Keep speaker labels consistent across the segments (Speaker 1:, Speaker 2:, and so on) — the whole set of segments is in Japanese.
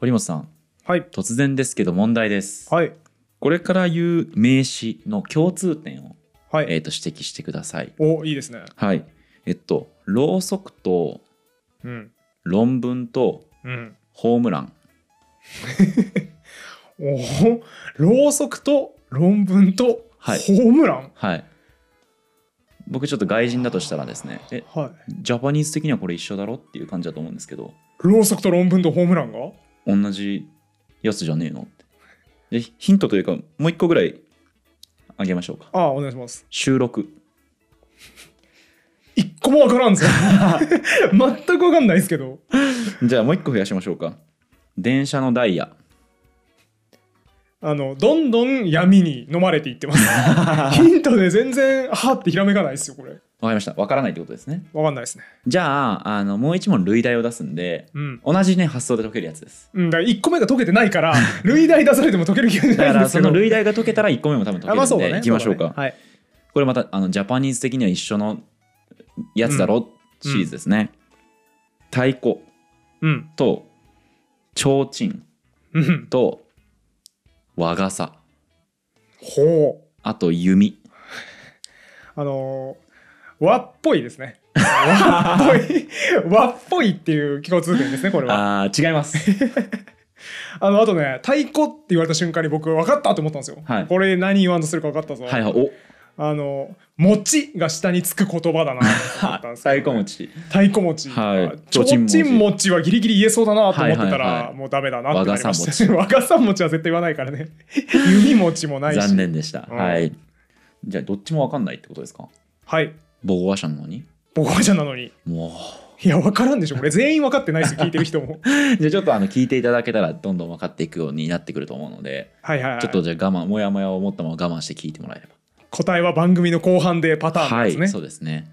Speaker 1: 堀本さん、
Speaker 2: はい。
Speaker 1: 突然ですけど問題です。
Speaker 2: はい。
Speaker 1: これから言う名詞の共通点を、
Speaker 2: はい。
Speaker 1: えー、と指摘してください。
Speaker 2: お、いいですね。
Speaker 1: はい。えっと、ろうそくと
Speaker 2: うん。
Speaker 1: 論文と
Speaker 2: うん。
Speaker 1: ホームラン。
Speaker 2: おお、ろうそくと論文とホ
Speaker 1: はい
Speaker 2: ームラン。
Speaker 1: はい。僕ちょっと外人だとしたらですね、え、
Speaker 2: はい。
Speaker 1: ジャパニーズ的にはこれ一緒だろっていう感じだと思うんですけど、
Speaker 2: ろうそくと論文とホームランが
Speaker 1: 同じやつじゃねえのって。で、ヒントというか、もう一個ぐらいあげましょうか。
Speaker 2: ああ、お願いします。
Speaker 1: 収録。
Speaker 2: 一個もわから んぞ。全くわかんないですけど。
Speaker 1: じゃあもう一個増やしましょうか。電車のダイヤ。
Speaker 2: あの、どんどん闇に飲まれていってます。 ヒントで全然、はってひらめかないですよ、これ。
Speaker 1: わかりました。わからないってことですね。
Speaker 2: わかんないですね。
Speaker 1: じゃあ、あのもう一問類題を出すんで、
Speaker 2: うん。
Speaker 1: 同じね、発想で解けるやつです。
Speaker 2: うん、だから1個目が解けてな いから、類題出されても解ける気が
Speaker 1: だ
Speaker 2: しな
Speaker 1: か
Speaker 2: いん
Speaker 1: ら、
Speaker 2: です
Speaker 1: そ
Speaker 2: けど。
Speaker 1: の類題が解けたら1個目も多分解
Speaker 2: あ、ま
Speaker 1: け
Speaker 2: あ
Speaker 1: る
Speaker 2: そ
Speaker 1: ん
Speaker 2: うだ
Speaker 1: で、
Speaker 2: ね。
Speaker 1: いきましょうか。
Speaker 2: そだねはい。
Speaker 1: これまたあのジャパニーズ的には一緒のやつだろ、シリーズですね。太鼓
Speaker 2: うん。
Speaker 1: と提灯
Speaker 2: うん。
Speaker 1: と和傘
Speaker 2: ほう。
Speaker 1: あと弓
Speaker 2: あのー和っぽいですね。和っぽ い。和っぽいっていう気候通点ですね、これは。
Speaker 1: あー違います
Speaker 2: あの、あとね、太鼓って言われた瞬間に僕分かったと思ったんですよ。
Speaker 1: はい
Speaker 2: これ何言わんとするか分かったぞ。
Speaker 1: はいはいお
Speaker 2: あの、餅が下につく言葉だなと思ったんです
Speaker 1: 太
Speaker 2: けど
Speaker 1: 鼓持ち
Speaker 2: 太鼓餅。
Speaker 1: はい
Speaker 2: ちょうちん餅はギリギリ言えそうだなと思ってたら、
Speaker 1: はいはいはい
Speaker 2: もうダメだなってなりました。和傘餅は絶対言わないからね。 弓餅もないし。
Speaker 1: 残念でした、
Speaker 2: うん
Speaker 1: はいじゃあどっちも分かんないってことですか
Speaker 2: はい。
Speaker 1: 母語話者なのに
Speaker 2: 僕はじゃなのに。
Speaker 1: も
Speaker 2: いや、分からんでしょ。これ全員分かってないですよ、聞いてる人も。
Speaker 1: う じゃあちょっとあの聞いていただけたらどんどん分かっていくようになってくると思うので
Speaker 2: はいはい、はい。
Speaker 1: ちょっとじゃあ我慢もやもやを持ったまま我慢して聞いてもらえれば
Speaker 2: 答えは番組の後半でパター
Speaker 1: は
Speaker 2: ンないんですね。
Speaker 1: そうですね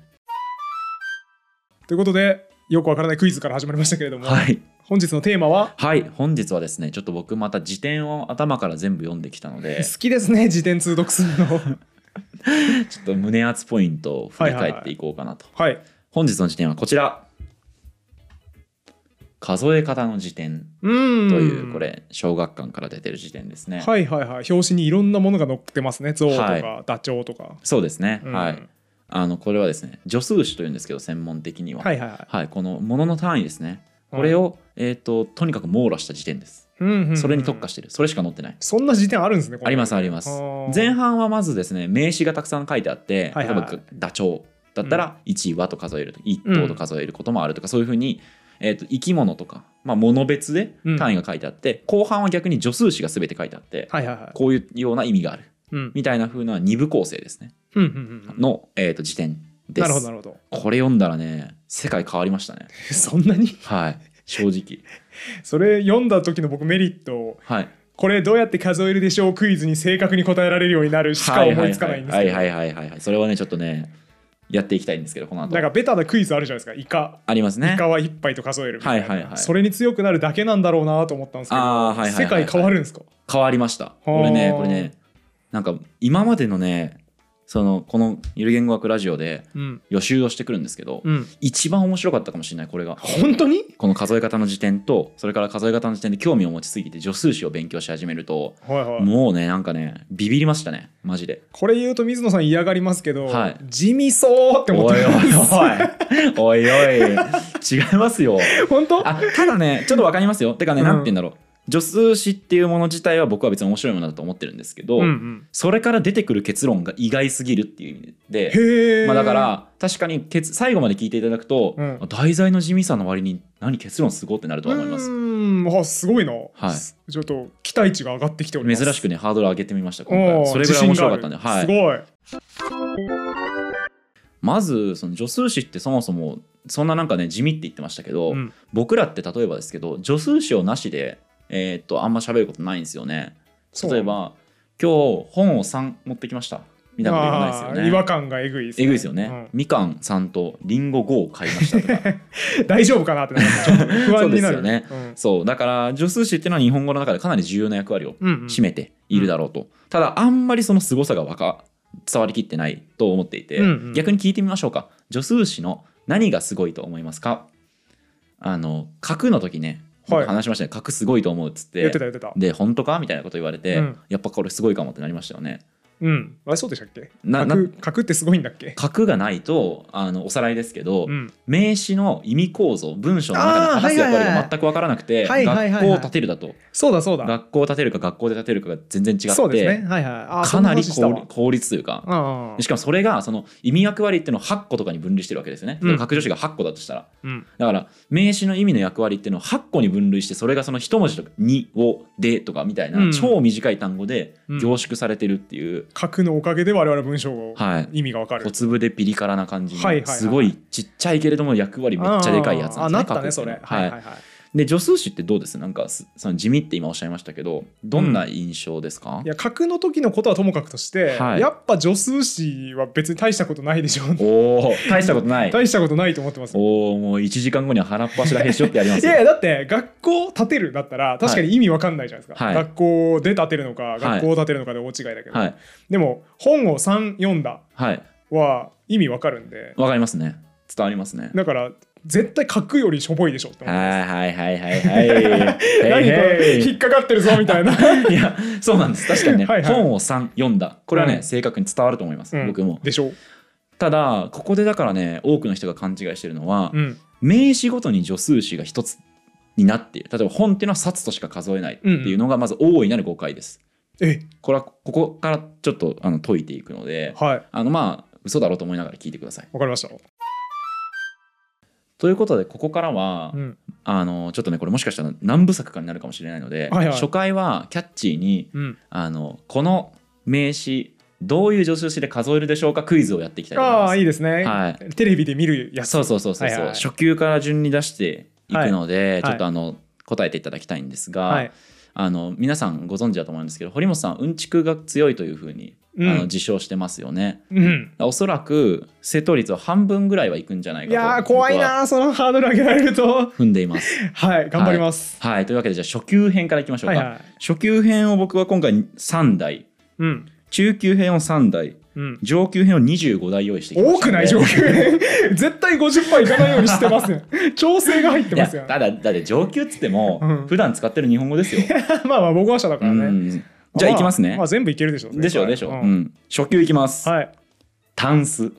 Speaker 2: ということでよくわからないクイズから始まりましたけれども、
Speaker 1: はい
Speaker 2: 本日のテーマは
Speaker 1: はい本日はですねちょっと僕また辞典を頭から全部読んできたの
Speaker 2: 好
Speaker 1: で
Speaker 2: きですね辞典通読するの
Speaker 1: ちょっと胸熱ポイントを振り返っていこうかなと、
Speaker 2: はい、
Speaker 1: 本日の辞典はこちら数え方の辞典
Speaker 2: うーん
Speaker 1: というこれ小学館から出てる辞典ですね、
Speaker 2: はいはいはい表紙にいろんなものが載ってますね象とか、
Speaker 1: は
Speaker 2: ダチョウとか、
Speaker 1: そうですね、
Speaker 2: うん
Speaker 1: はいあのこれはですね助数詞というんですけど専門的には、
Speaker 2: はいはいはい
Speaker 1: はい、このものの単位ですねこれを、えー、ととにかく網羅した辞典です
Speaker 2: うんうんうん
Speaker 1: それに特化してるそれしか載ってない
Speaker 2: そんな辞典あるんですねこれ
Speaker 1: ありますあります
Speaker 2: あー
Speaker 1: 前半はまずですね名詞がたくさん書いてあって、
Speaker 2: はいはいはい
Speaker 1: 例えばダチョウだったら1羽と数えると1頭と数えることもあるとか、そういうふうに、えー、と生き物とか、まあ、物別で
Speaker 2: うん
Speaker 1: 単位が書いてあって、後半は逆に助数詞が全て書いてあって、
Speaker 2: はいはいはい
Speaker 1: こういうような意味がある
Speaker 2: うん
Speaker 1: みたいな風な二部構成ですね、
Speaker 2: うんうんうん
Speaker 1: の、えー、と辞典です
Speaker 2: なるほどなるほど
Speaker 1: これ読んだらね世界変わりましたね
Speaker 2: そんなに
Speaker 1: はい正直
Speaker 2: それ読んだ時の僕メリットを
Speaker 1: はい
Speaker 2: これどうやって数えるでしょうクイズに正確に答えられるようになるしか思いつかないんです
Speaker 1: は
Speaker 2: け
Speaker 1: い
Speaker 2: ど
Speaker 1: はいはいはいはいそれをねちょっとねやっていきたいんですけどこの後
Speaker 2: なんかベタなクイズあるじゃないですかイカ
Speaker 1: ありますね
Speaker 2: イカは一杯と数えるみたいな、
Speaker 1: はいはいはい
Speaker 2: それに強くなるだけなんだろうなと思ったんですけど、
Speaker 1: あーはいはいはいはい
Speaker 2: 世界変わるんですか
Speaker 1: 変わりました
Speaker 2: ほー
Speaker 1: これねこれねなんか今までのねそのこの「ゆる言語学ラジオ」で
Speaker 2: うん
Speaker 1: 予習をしてくるんですけど、
Speaker 2: うん
Speaker 1: 一番面白かったかもしれないこれが
Speaker 2: 本当に
Speaker 1: この数え方の時点とそれから数え方の時点で興味を持ちすぎて助数詞を勉強し始めると
Speaker 2: はいはい
Speaker 1: もうねなんかねビビりましたねマジで
Speaker 2: これ言うと水野さん嫌がりますけど、
Speaker 1: はい
Speaker 2: 地味そうって思っ
Speaker 1: お
Speaker 2: て
Speaker 1: い
Speaker 2: ます
Speaker 1: おいおいおいおい違いますよ
Speaker 2: 本当
Speaker 1: あただねちょっとわかりますよてかね、
Speaker 2: うん
Speaker 1: なんて言うんだろう助数詞っていうもの自体は僕は別に面白いものだと思ってるんですけど、
Speaker 2: うんうん、
Speaker 1: それから出てくる結論が意外すぎるっていう意味で、
Speaker 2: へえ、
Speaker 1: まあ、だから確かに結最後まで聞いていただくと、
Speaker 2: うん
Speaker 1: 題材の地味さの割に何結論すごってなるとは思いま
Speaker 2: う
Speaker 1: す
Speaker 2: ーんあすごいな、
Speaker 1: い
Speaker 2: ちょっと期待値が上がってきております
Speaker 1: 珍しくねハードル上げてみました今回
Speaker 2: おー
Speaker 1: それぐらい面白かったんで、
Speaker 2: 自信が
Speaker 1: は
Speaker 2: ある
Speaker 1: い、まずその助数詞ってそもそもそんななんかね地味って言ってましたけど、
Speaker 2: すごい、うん
Speaker 1: 僕らって例えばですけど助数詞をなしで、えーっとあんま喋ることないんですよね
Speaker 2: そう
Speaker 1: 例えば今日本を3持ってきましたみたいなこと言わないですよ
Speaker 2: あー
Speaker 1: ね
Speaker 2: 違和感がえぐいです
Speaker 1: えぐいですよね、みかんさんとりんご5を買いました とか
Speaker 2: うん大丈夫かなってなんかちょっと不安になる
Speaker 1: そうです
Speaker 2: よね、
Speaker 1: そうだから助数詞っていうのは日本語の中でかなり重要な役割を
Speaker 2: うんうんうん、
Speaker 1: 占めているだろうと、ただあんまりその凄さがわか伝わりきってないと思っていて、
Speaker 2: うんうん
Speaker 1: 逆に聞いてみましょうか助数詞の何がすごいと思いますかあの書くの時ね
Speaker 2: はい
Speaker 1: 話しましたね「角すごいと思う」っつって
Speaker 2: 言ってた言ってた
Speaker 1: で「本当か?」みたいなこと言われて、
Speaker 2: うん
Speaker 1: やっぱこれすごいかもってなりましたよね。
Speaker 2: うんあれそうでしたっけ
Speaker 1: なな
Speaker 2: 角角ってすごいんだっけ
Speaker 1: 角がないとあのおさらいですけど、
Speaker 2: うん
Speaker 1: 名詞の意味構造文章の中で話す役割が全く分からなくて、
Speaker 2: あーはいはいはい
Speaker 1: 学校を建てるだと、
Speaker 2: そうだそうだ
Speaker 1: 学校を建てるか学校で建てるかが全然違って
Speaker 2: そうですねはいはいあー
Speaker 1: かなり
Speaker 2: そん話したわ
Speaker 1: 効率効率というか
Speaker 2: ああ
Speaker 1: しかもそれがその意味役割っていうのを8個とかに分類してるわけですよね、
Speaker 2: うん
Speaker 1: その格助詞が8個だとしたら
Speaker 2: うん
Speaker 1: だから名詞の意味の役割っていうのを8個に分類してそれがその一文字とか「に」「を」「で」とかみたいな
Speaker 2: うん
Speaker 1: 超短い単語で
Speaker 2: うん
Speaker 1: 凝縮されてるっていう、
Speaker 2: 角のおかげで我々の文章を
Speaker 1: はい
Speaker 2: 意味がわかる
Speaker 1: 小粒でピリ辛な感じ
Speaker 2: はいはい
Speaker 1: の
Speaker 2: はい
Speaker 1: すごいちっちゃいけれども役割めっちゃでかいやつ
Speaker 2: あーあなった
Speaker 1: ん
Speaker 2: ね
Speaker 1: です
Speaker 2: そ
Speaker 1: ね
Speaker 2: れ
Speaker 1: 各
Speaker 2: は
Speaker 1: 国の
Speaker 2: いはい
Speaker 1: は
Speaker 2: は
Speaker 1: い
Speaker 2: い
Speaker 1: で助数詞ってどうですなんかすその地味って今おっしゃいましたけどどんな印象ですか
Speaker 2: い、や角の時のことはともかくとして、
Speaker 1: はい
Speaker 2: やっぱ助数詞は別に大したことないでしょう、
Speaker 1: おお大したことない
Speaker 2: 大したことないと思ってます
Speaker 1: おおもう1時間後には腹っ柱へし折ってやりま
Speaker 2: い
Speaker 1: すよ
Speaker 2: やいやだって学校を建てるだったら確かに意味わかんないじゃないですか、
Speaker 1: はい
Speaker 2: 学校で建てるのか
Speaker 1: い
Speaker 2: 学校を建てるのかで大違いだけど、
Speaker 1: はい
Speaker 2: でも本を3読んだ
Speaker 1: はい
Speaker 2: は意味わかるんで
Speaker 1: わかりますね伝わりますね
Speaker 2: だから絶対書くよりしょぼいでしょって思ってます
Speaker 1: はいはいはいはいはい
Speaker 2: 何こ
Speaker 1: へ
Speaker 2: れ
Speaker 1: いへ
Speaker 2: 引っかかってるぞみたいな
Speaker 1: いいやそうなんです確かにね
Speaker 2: はいはい
Speaker 1: 本を3読んだこれはね、
Speaker 2: うん
Speaker 1: 正確に伝わると思います、
Speaker 2: うん
Speaker 1: 僕も
Speaker 2: でしょう、
Speaker 1: ただここでだからね多くの人が勘違いしてるのは、
Speaker 2: うん
Speaker 1: 名詞ごとに助数詞が一つになっている例えば本っていうのは冊としか数えないっていうのがまず大いなる誤解です、
Speaker 2: え
Speaker 1: これはここからちょっとあの解いていくので
Speaker 2: はい
Speaker 1: あのまあ嘘だろうと思いながら聞いてください
Speaker 2: わかりました、
Speaker 1: ということでここからは、
Speaker 2: うん、
Speaker 1: あのちょっとねこれもしかしたら何部作かになるかもしれないので、
Speaker 2: はいはい
Speaker 1: 初回はキャッチーに
Speaker 2: うん、
Speaker 1: あのこの名詞どういう助数詞で数えるでしょうかクイズをやっていきたいと思い
Speaker 2: あ
Speaker 1: ま
Speaker 2: あ
Speaker 1: す。
Speaker 2: いいですね、
Speaker 1: は
Speaker 2: テレビで見るやつ
Speaker 1: そうそうそうそうそう、
Speaker 2: はいはいはい
Speaker 1: 初級から順に出していくので、
Speaker 2: い
Speaker 1: ちょっとあの、答えていただきたいんですが、
Speaker 2: はい
Speaker 1: あの皆さんご存知だと思うんですけど堀本さんうんちくが強いというふうに、
Speaker 2: うん
Speaker 1: あの自称してますよね。
Speaker 2: うん
Speaker 1: おそらく正答率は半分ぐらいはいくんじゃない
Speaker 2: い
Speaker 1: かと
Speaker 2: やー怖い
Speaker 1: 僕は
Speaker 2: なーそのハードル上げられると
Speaker 1: 踏んでいます。
Speaker 2: はい頑張ります、
Speaker 1: はいというわけでじゃあ初級編からいきましょう
Speaker 2: は
Speaker 1: か。
Speaker 2: い、はい
Speaker 1: 初級編を僕は今回3台
Speaker 2: うん
Speaker 1: 中級編を3台
Speaker 2: うん
Speaker 1: 上級編を25台用意してきま
Speaker 2: 多
Speaker 1: した
Speaker 2: く
Speaker 1: ので
Speaker 2: ない上級 絶対50杯いかないようにしてま すよ調整が入って
Speaker 1: い
Speaker 2: ますよ
Speaker 1: やただだって上級っつって
Speaker 2: う
Speaker 1: も
Speaker 2: ん
Speaker 1: 普段使ってる日本語 ですよ、
Speaker 2: まあまあ僕は者だからね、
Speaker 1: うんじゃあいきますね
Speaker 2: まあ全部いけるでしょうね
Speaker 1: でしょ
Speaker 2: こ
Speaker 1: う
Speaker 2: れ
Speaker 1: でしょう、
Speaker 2: うん
Speaker 1: うん初級いきます、
Speaker 2: はい
Speaker 1: タンス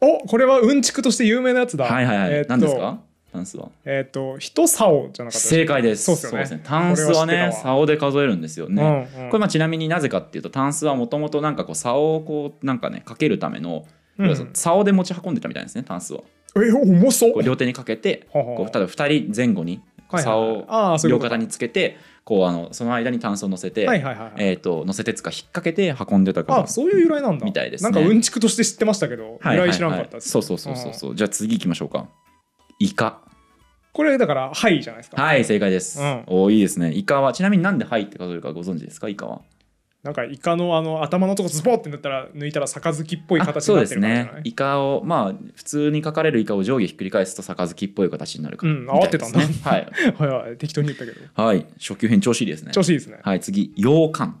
Speaker 2: おこれはうんちくとして有名なやつだ
Speaker 1: はいはいはい、
Speaker 2: えーっと
Speaker 1: 何ですかタンスは
Speaker 2: えーっと人竿じゃなかった
Speaker 1: 正解です
Speaker 2: そうっすよね
Speaker 1: タンスは
Speaker 2: これは知っ
Speaker 1: ね
Speaker 2: てた
Speaker 1: 竿で数えるんですよね、
Speaker 2: うんうん
Speaker 1: これまあちなみになぜかっていうとタンスはもともとなんかこう竿をこうなんかねかけるための、
Speaker 2: うん
Speaker 1: 要はその竿で持ち運んでたみたいですねタンスを
Speaker 2: え重そう
Speaker 1: こう両手にかけて
Speaker 2: はは
Speaker 1: こうただ2人前後に
Speaker 2: はいはい
Speaker 1: 竿を
Speaker 2: あーそうい
Speaker 1: 両
Speaker 2: うこと
Speaker 1: 肩につけてこうあのその間に炭素を乗せて、
Speaker 2: はいはいはいはい
Speaker 1: えー、と乗せてつか引っ掛けて運んでたから
Speaker 2: あそういう由来なんだ
Speaker 1: みたいですね
Speaker 2: なんかうんちくとして知ってましたけど
Speaker 1: はいは
Speaker 2: 由
Speaker 1: いはい
Speaker 2: 来知らなかったです
Speaker 1: そうそうそうそうそうじゃあ次行きましょうかイカ
Speaker 2: これだから「はい」じゃないですか、
Speaker 1: はい正解です、
Speaker 2: うん
Speaker 1: おいいですねイカはちなみになんで「はい」って数えるかご存知ですかイカは
Speaker 2: なんかイカのあの頭のとこズボってなったら抜いたら杯っぽい
Speaker 1: あ
Speaker 2: 形
Speaker 1: そ
Speaker 2: に
Speaker 1: う
Speaker 2: な
Speaker 1: で
Speaker 2: っ
Speaker 1: す
Speaker 2: てるからじゃ
Speaker 1: ね
Speaker 2: ない
Speaker 1: イカをまあ普通に書かれるイカを上下ひっくり返すと杯っぽい形になるから、
Speaker 2: うん合ってたんだ
Speaker 1: みいですねはい、
Speaker 2: はいはい、適当に言ったけど
Speaker 1: はい、初級編調子いいですね
Speaker 2: 調子いいですね
Speaker 1: はい次羊羹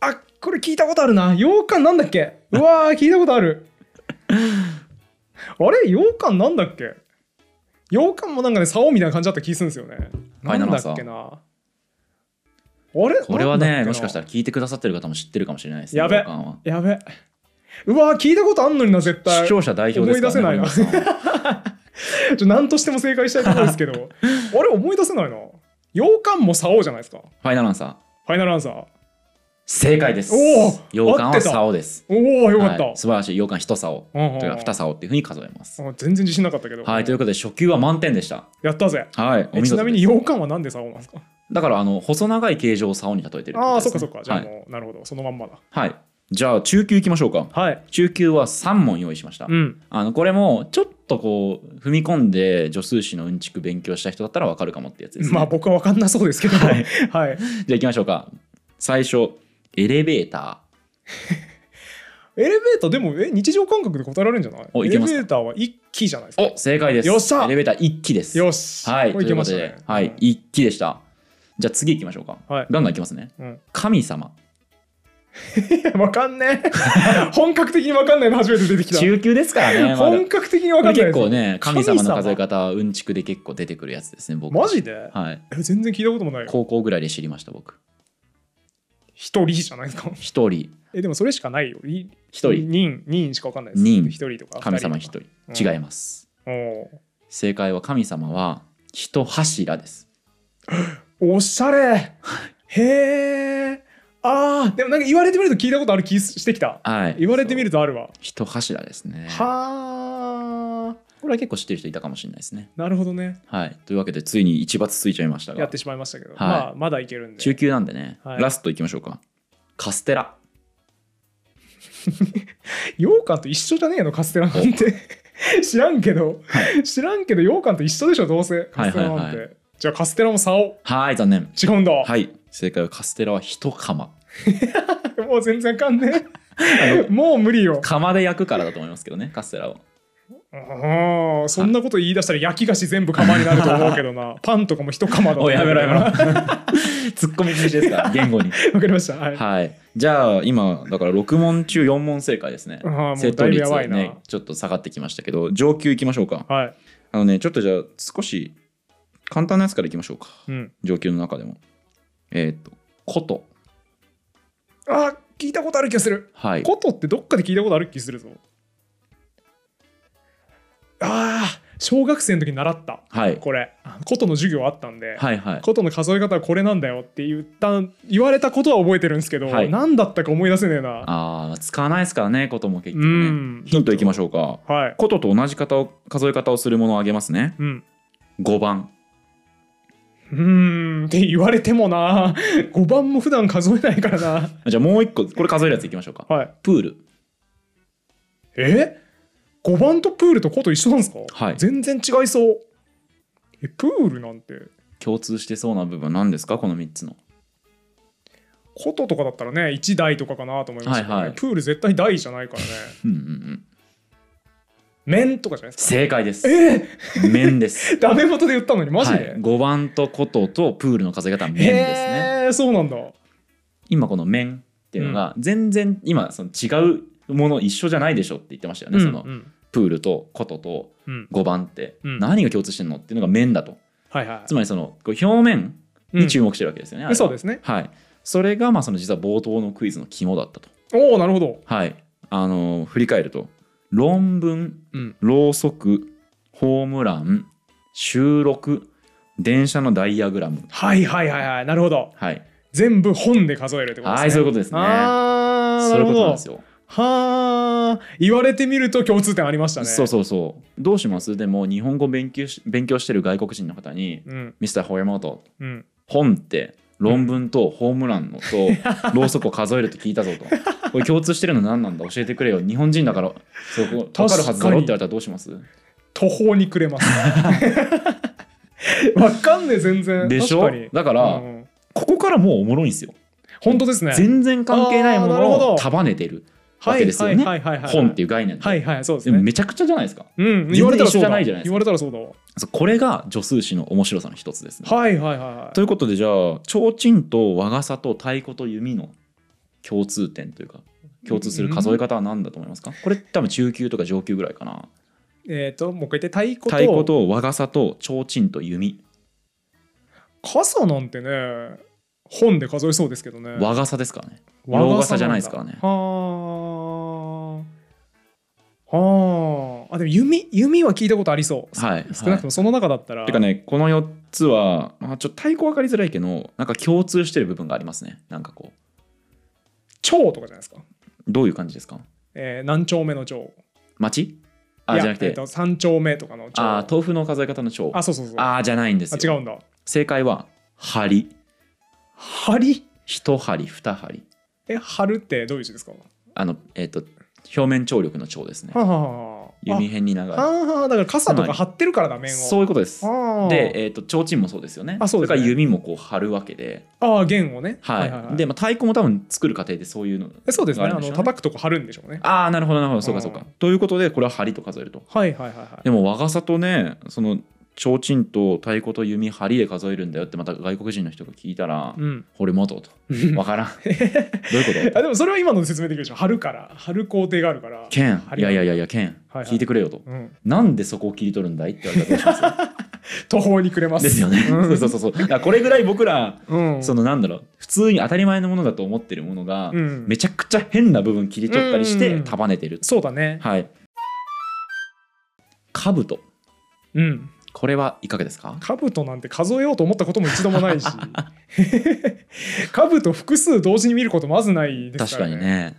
Speaker 2: あこれ聞いたことあるな羊羹なんだっけうわー聞いたことある あれ羊羹なんだっけ羊羹もなんかね竿みたいな感じだった気するんですよね
Speaker 1: ファ
Speaker 2: な
Speaker 1: イナ
Speaker 2: ん
Speaker 1: ルア
Speaker 2: だ
Speaker 1: ンサー
Speaker 2: っけなあれ
Speaker 1: これはねもしかした
Speaker 2: ら
Speaker 1: ら聞いてくださってる方も知ってるかもしれないですね
Speaker 2: やべ
Speaker 1: 羊羹は
Speaker 2: やべうわー聞いたことあんのにな絶 対
Speaker 1: 視聴者代表ですからね
Speaker 2: 思い出せ
Speaker 1: 森本さんは
Speaker 2: ちょ何としても正解したいところで すけどあれ思い出せないな羊羹も竿じゃないですか
Speaker 1: ファイナルアンサー
Speaker 2: ファイナルアンサー
Speaker 1: 正解です
Speaker 2: おー
Speaker 1: 羊羹
Speaker 2: 合っ
Speaker 1: は
Speaker 2: てた
Speaker 1: 竿です
Speaker 2: おおよかった、
Speaker 1: はい素晴らしい羊羹一竿
Speaker 2: うんうんうん
Speaker 1: というか二竿っていうふうに数えます
Speaker 2: あ全然自信なかったけど
Speaker 1: はいということで初級は満点でした
Speaker 2: やったぜ
Speaker 1: はいお
Speaker 2: え
Speaker 1: 見
Speaker 2: ち
Speaker 1: 事
Speaker 2: なみに
Speaker 1: です
Speaker 2: 羊羹はなんで竿なんですか
Speaker 1: だからあの細長い形状を竿に例えてるってこと
Speaker 2: ああ、
Speaker 1: です
Speaker 2: そっかそっか。じゃあ
Speaker 1: ね
Speaker 2: もう、なるほど。そのまんまだ。
Speaker 1: はいはいじゃあ中級いきましょうか
Speaker 2: はい。
Speaker 1: 中級は3問用意しました
Speaker 2: うん。
Speaker 1: あのこれもちょっとこう踏み込んで助数詞のうんちく勉強した人だったらわかるかもってやつですね
Speaker 2: まあ僕は分かんなそうですけど。
Speaker 1: はい
Speaker 2: はい。
Speaker 1: じゃあ行きましょうか最初エレベータ
Speaker 2: エレベーターでも、え、日常感覚で答えられるんじゃない
Speaker 1: おい
Speaker 2: エ
Speaker 1: け
Speaker 2: レベ
Speaker 1: ますか
Speaker 2: ーターは一機じゃないですか。
Speaker 1: ーお正解です
Speaker 2: よっしゃ
Speaker 1: エレベーター1機です
Speaker 2: よし。
Speaker 1: はい、
Speaker 2: ことれい
Speaker 1: い
Speaker 2: け
Speaker 1: う
Speaker 2: ま
Speaker 1: こ
Speaker 2: し
Speaker 1: と
Speaker 2: た
Speaker 1: で、
Speaker 2: ね。
Speaker 1: はい、一気でした。じゃあ次行きましょうか。
Speaker 2: はい
Speaker 1: ガンガン行きますね。
Speaker 2: うん。
Speaker 1: 神様、
Speaker 2: うん。
Speaker 1: 神様。
Speaker 2: わかんねえ 本格的にわかんないの初めて出てきた
Speaker 1: 中級ですからね、まだ
Speaker 2: 本格的にわ
Speaker 1: こ
Speaker 2: か
Speaker 1: れ
Speaker 2: んな
Speaker 1: 結
Speaker 2: いです
Speaker 1: 構ね、神様
Speaker 2: 神
Speaker 1: の
Speaker 2: 様
Speaker 1: 数え方はうんちくで結構出てくるやつですね、僕。
Speaker 2: マジで
Speaker 1: はい。
Speaker 2: え全然聞いたこともないよ
Speaker 1: 高校ぐらいで知りました、僕。
Speaker 2: 一人じゃないですか
Speaker 1: 一人、
Speaker 2: えでもそれしかないよい
Speaker 1: 一人、
Speaker 2: 人人しかわかんないです
Speaker 1: 人
Speaker 2: 一人とか
Speaker 1: 神様一
Speaker 2: う
Speaker 1: 人。
Speaker 2: ん
Speaker 1: 違います。
Speaker 2: お
Speaker 1: 正解は神様は人柱です。
Speaker 2: おしゃれへえあーでもなんか言われてみると聞いたことある気すしてきた
Speaker 1: はい。
Speaker 2: 言われてみ
Speaker 1: る。
Speaker 2: るとあるわ
Speaker 1: 人柱ですね。
Speaker 2: はあ
Speaker 1: これは結構知ってる人いたかもしれないですね。
Speaker 2: なるほどね
Speaker 1: はい。というわけで、ついに一罰ついちゃいました
Speaker 2: やっ
Speaker 1: が
Speaker 2: て、しまいましたけど、
Speaker 1: はい
Speaker 2: まあまだいけるんで
Speaker 1: 中級なんでね、
Speaker 2: はい
Speaker 1: ラストいきましょうか。カステラ。
Speaker 2: 羊羹と一緒じゃねえのカステラなんて知らんけど、知らんけど羊羹と一緒でしょどうせカステラなんて、
Speaker 1: はいはいは
Speaker 2: じゃあカステラも竿
Speaker 1: はい、残念。
Speaker 2: 違うんだ、
Speaker 1: はい。正解はカステラは一釜。
Speaker 2: もう全然かんね
Speaker 1: あの
Speaker 2: えもう無理よ
Speaker 1: 釜で焼くからだと思いますけどね、カステラを。
Speaker 2: ああそんなこと言い出したら焼き菓子全部釜になると思うけど なパンとかも一釜だと思
Speaker 1: お
Speaker 2: う
Speaker 1: い
Speaker 2: け
Speaker 1: や
Speaker 2: ど
Speaker 1: めろやめろ
Speaker 2: わ。
Speaker 1: 突っ込み禁止ですから、言語に。
Speaker 2: かりました はい、
Speaker 1: はい。じゃあ、今、だから6問中4問正解ですね
Speaker 2: あ。ーも
Speaker 1: 正
Speaker 2: うだ
Speaker 1: 答
Speaker 2: いぶ
Speaker 1: 率
Speaker 2: やばいな、
Speaker 1: ね、ちょっと下がってきましたけど、上級いきましょうか。
Speaker 2: はい、
Speaker 1: あのね、ちょっとじゃあ、少し簡単なやつからいきましょうか。
Speaker 2: うん、
Speaker 1: 上級の中でも。えーっと、こと。
Speaker 2: あー聞いたことある気がする
Speaker 1: はい。
Speaker 2: ことってどっかで聞いたことある気するぞああ小学生の時に習った
Speaker 1: はい。
Speaker 2: これあの琴の授業あったんで、
Speaker 1: はいはい。
Speaker 2: 琴の数え方はこれなんだよって言った言われたことは覚えてるんですけど、
Speaker 1: はい
Speaker 2: 何だったか思い出せねえな
Speaker 1: ああ、使わないですからね、ことも結
Speaker 2: う
Speaker 1: 局ね。
Speaker 2: ん
Speaker 1: ヒントいきましょうか。
Speaker 2: はい
Speaker 1: ことと同じ方を数え方をするものをあげますね。
Speaker 2: うん
Speaker 1: 5番。
Speaker 2: うーんって言われてもな5 番も普段数えないからな
Speaker 1: じゃあもう一個、これ数えるやついきましょうか。
Speaker 2: はい
Speaker 1: プール。
Speaker 2: え5番とプールと琴一緒なんですか、
Speaker 1: はい
Speaker 2: 全然違いそうえプールなんて
Speaker 1: 共通してそうな部分何ですかこの3つの。
Speaker 2: 琴とかだったらね1台とかかなと思いましたけどね、
Speaker 1: はいはい
Speaker 2: プール絶対台じゃないからね
Speaker 1: うんうんうん。
Speaker 2: 面とかじゃないですか
Speaker 1: 正解です。
Speaker 2: え
Speaker 1: 面です。
Speaker 2: ー、ダメ元で言ったのにマジで、
Speaker 1: はい、5番とこととプールの数え方は面ですね。
Speaker 2: へえそうなんだ
Speaker 1: 今この面っていうのが全然今その違うもの一緒じゃないでしょって言ってましたよね。
Speaker 2: うん
Speaker 1: その
Speaker 2: うん
Speaker 1: プールとことと
Speaker 2: うん
Speaker 1: 5番って
Speaker 2: うん
Speaker 1: 何が共通してんのっていうのが面だと。
Speaker 2: はいはい
Speaker 1: つまりそのこう表面に注目してるわけですよね。あれは
Speaker 2: そうですね
Speaker 1: はい。それがまあその実は冒頭のクイズの肝だったと。
Speaker 2: おおなるほど、
Speaker 1: はい。あのー振り返ると論文
Speaker 2: うん、
Speaker 1: ろうそくホームラン収録電車のダイヤグラム
Speaker 2: はいはいはいはいなるほど
Speaker 1: はい
Speaker 2: 全部本で数えるってことですね
Speaker 1: はいそういうことですね
Speaker 2: あー
Speaker 1: そ
Speaker 2: な
Speaker 1: うい
Speaker 2: る
Speaker 1: うこ
Speaker 2: ほ
Speaker 1: となん
Speaker 2: ど
Speaker 1: ですよ
Speaker 2: はあ言われてみると共通点ありましたね
Speaker 1: そうそうそうどうしますでも日本語勉強し勉強してる外国人の方に
Speaker 2: うん
Speaker 1: 「Mr. ホヤモト
Speaker 2: うん
Speaker 1: 本って論文とホームランのとろうそくを数えると聞いたぞ」 と「これ共通してるの何なんだ教えてくれよ日本人だからそこ分かるはずだろ」って言われたらどうします
Speaker 2: 途方に暮れますわかんねえ全然
Speaker 1: でしょ
Speaker 2: 確かに
Speaker 1: だから
Speaker 2: うんうん
Speaker 1: ここからもうおもろいんですよ
Speaker 2: 本当ですね
Speaker 1: 全然関係ないも
Speaker 2: あーなるほ
Speaker 1: のを
Speaker 2: ど
Speaker 1: 束ねてるわけですよね
Speaker 2: はいはいはいはい
Speaker 1: 本っていう概念で
Speaker 2: はいはいそうです
Speaker 1: でも
Speaker 2: ね
Speaker 1: めちゃくちゃじゃないですか
Speaker 2: うん
Speaker 1: 全
Speaker 2: 言わ
Speaker 1: 然一緒
Speaker 2: れたらそう
Speaker 1: じゃ
Speaker 2: だ
Speaker 1: ないじゃないですか
Speaker 2: 言われたらそうだわ
Speaker 1: そうこれが助数詞の面白さの一つですね。
Speaker 2: はいはいはいはい
Speaker 1: ということでじゃあ提灯と和傘と太鼓と弓の共通点というか共通する数え方は何だと思いますか、これ多分中級とか上級ぐらいかな。
Speaker 2: えっ、ともう一回言って太鼓と
Speaker 1: 太鼓と和傘と提灯と弓。
Speaker 2: 傘なんてね本で数えそうですけどね
Speaker 1: 和傘ですからね。
Speaker 2: 和傘
Speaker 1: 洋傘じゃないですからね
Speaker 2: なんだはあはああでも弓弓は聞いたことありそう、
Speaker 1: はい。
Speaker 2: 少なくと
Speaker 1: は
Speaker 2: もその中だったら、
Speaker 1: いてかねこの4つは、まあ、ちょっと太鼓分かりづらいけどなんか共通してる部分がありますね。なんかこう
Speaker 2: 蝶とかじゃないですか、
Speaker 1: どういう感じですか
Speaker 2: えー、何丁目の蝶
Speaker 1: 町
Speaker 2: い
Speaker 1: あ
Speaker 2: や
Speaker 1: じゃなくて、
Speaker 2: えーと三丁目とかの蝶
Speaker 1: あー豆腐の数え方の蝶。
Speaker 2: あそうそうそうあ
Speaker 1: あーじゃないんですよ。
Speaker 2: 違うんだ
Speaker 1: 正解は針。
Speaker 2: 針
Speaker 1: 一針二針
Speaker 2: え春ってどういう字ですかは
Speaker 1: あのえっ、と表面張力の張ですね
Speaker 2: あはあはあ
Speaker 1: 弓辺に長
Speaker 2: あ
Speaker 1: い
Speaker 2: はあはあだから傘と
Speaker 1: つま
Speaker 2: か
Speaker 1: り
Speaker 2: 張ってるからだ面を
Speaker 1: そういうことです
Speaker 2: ああ
Speaker 1: でえっ、と提灯もそうですよね
Speaker 2: あそうですね
Speaker 1: れから弓もこう張るわけで
Speaker 2: ああ弦をね
Speaker 1: はい,、で、まあ、太鼓も多分作る過程でそういうの
Speaker 2: えそうですね
Speaker 1: が
Speaker 2: あ
Speaker 1: るん
Speaker 2: の
Speaker 1: しょう
Speaker 2: 叩くとこ張るんでしょうね
Speaker 1: ああなるほどなるほどそうかそう
Speaker 2: う
Speaker 1: か
Speaker 2: ん
Speaker 1: ということでこれは針と数えると
Speaker 2: はいはいはいはい
Speaker 1: でも和傘とねその提灯と太鼓と弓針で数えるんだよってまた外国人の人が聞いたら、
Speaker 2: うん。
Speaker 1: これ 元とわからんどういうこ
Speaker 2: あでもそれは今ので説明できるでしょ。貼るから、貼る工程があるから
Speaker 1: と。剣い
Speaker 2: 針
Speaker 1: や
Speaker 2: が
Speaker 1: いやいやいや剣、
Speaker 2: はいはい
Speaker 1: 聞いてくれよと
Speaker 2: うん。
Speaker 1: なんでそこを切り取るんだいって言われたらどうします
Speaker 2: 途方に暮れます。
Speaker 1: ですよね、
Speaker 2: うん
Speaker 1: そうそうそうだからこれぐらい僕ら
Speaker 2: うん。
Speaker 1: そのなんだろう普通に当たり前のものだと思ってるものが、
Speaker 2: うん
Speaker 1: めちゃくちゃ変な部分切り取ったりし
Speaker 2: う
Speaker 1: て
Speaker 2: ん
Speaker 1: 束ねてる、
Speaker 2: そうだね。
Speaker 1: はい兜
Speaker 2: うん。
Speaker 1: これはいかがですか
Speaker 2: 兜なんて数えようと思ったことも一度もないし。 兜複数同時に見ることまずないです
Speaker 1: 確
Speaker 2: か
Speaker 1: から
Speaker 2: ね。
Speaker 1: に。ね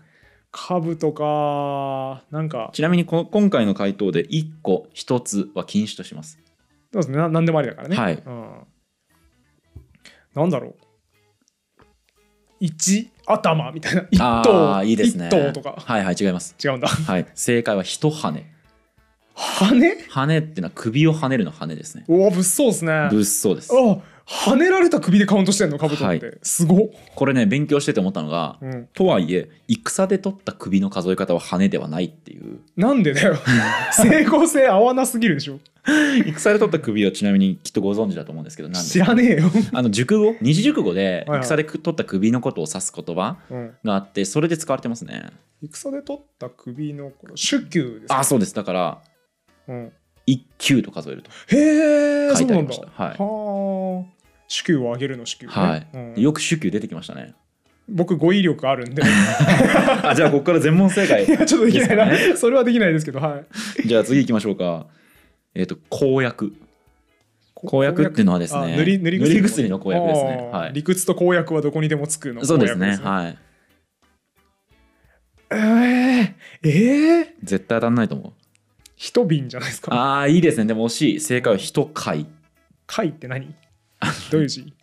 Speaker 2: 兜か、なんか、
Speaker 1: ちなみにこの今回の回答で1個1つは禁止とします
Speaker 2: そうですね。ななんでもありだからね。
Speaker 1: はい
Speaker 2: うん。なんだろう。一頭みたいな。一
Speaker 1: あ
Speaker 2: 頭。
Speaker 1: あいいですね
Speaker 2: 一頭とか。
Speaker 1: はいはい違います
Speaker 2: 違うんだ。
Speaker 1: はい正解は一羽根
Speaker 2: 羽
Speaker 1: 羽っていうのは首を跳ねるの羽ですね
Speaker 2: おお、物騒ですね。あ
Speaker 1: 物騒です
Speaker 2: 跳ねられた首でカウントしてんの、兜って。
Speaker 1: は
Speaker 2: すごっ。
Speaker 1: これね勉強してて思ったのが
Speaker 2: うん。
Speaker 1: とはいえ戦で取った首の数え方は羽ではないっていう
Speaker 2: なん でだよ。成功性合わなすぎるでしょ。
Speaker 1: 戦で取った首はちなみにきっとご存知だと思うんですけどなん
Speaker 2: 知
Speaker 1: で
Speaker 2: らねえよ。
Speaker 1: あの熟語二字熟語で
Speaker 2: はいはい
Speaker 1: 戦で取った首のことを指す言葉
Speaker 2: うん。
Speaker 1: があってそれで使われてますね
Speaker 2: 戦で取った首のこの手球ですか。
Speaker 1: あそうですだから
Speaker 2: うん。
Speaker 1: 一級と数えると、
Speaker 2: へえ、
Speaker 1: 書
Speaker 2: そ
Speaker 1: いうてあ
Speaker 2: な
Speaker 1: りま
Speaker 2: んだ。
Speaker 1: したはい
Speaker 2: はあ。手球を上げるの手球、ね。
Speaker 1: はい、
Speaker 2: うん
Speaker 1: よく手球出てきましたね
Speaker 2: 僕語彙力あるんで
Speaker 1: あじゃあここから全問正解
Speaker 2: いやちょっとできないな、
Speaker 1: です
Speaker 2: それはできないですけどはい
Speaker 1: じゃあ次行きましょうか。えっ、と、公約。公約っていうのはですね、
Speaker 2: あ塗り塗り薬
Speaker 1: の公約ですね。
Speaker 2: あー
Speaker 1: はい。
Speaker 2: 理屈と公約はどこにでもつくの
Speaker 1: そうです
Speaker 2: 公
Speaker 1: ね。
Speaker 2: 約
Speaker 1: はい。
Speaker 2: えー、えー、
Speaker 1: 絶対当たんないと思う。
Speaker 2: 一瓶じゃないですか
Speaker 1: ああ、いいですね。でも惜しい。正解は人会。
Speaker 2: 貝って何どういう字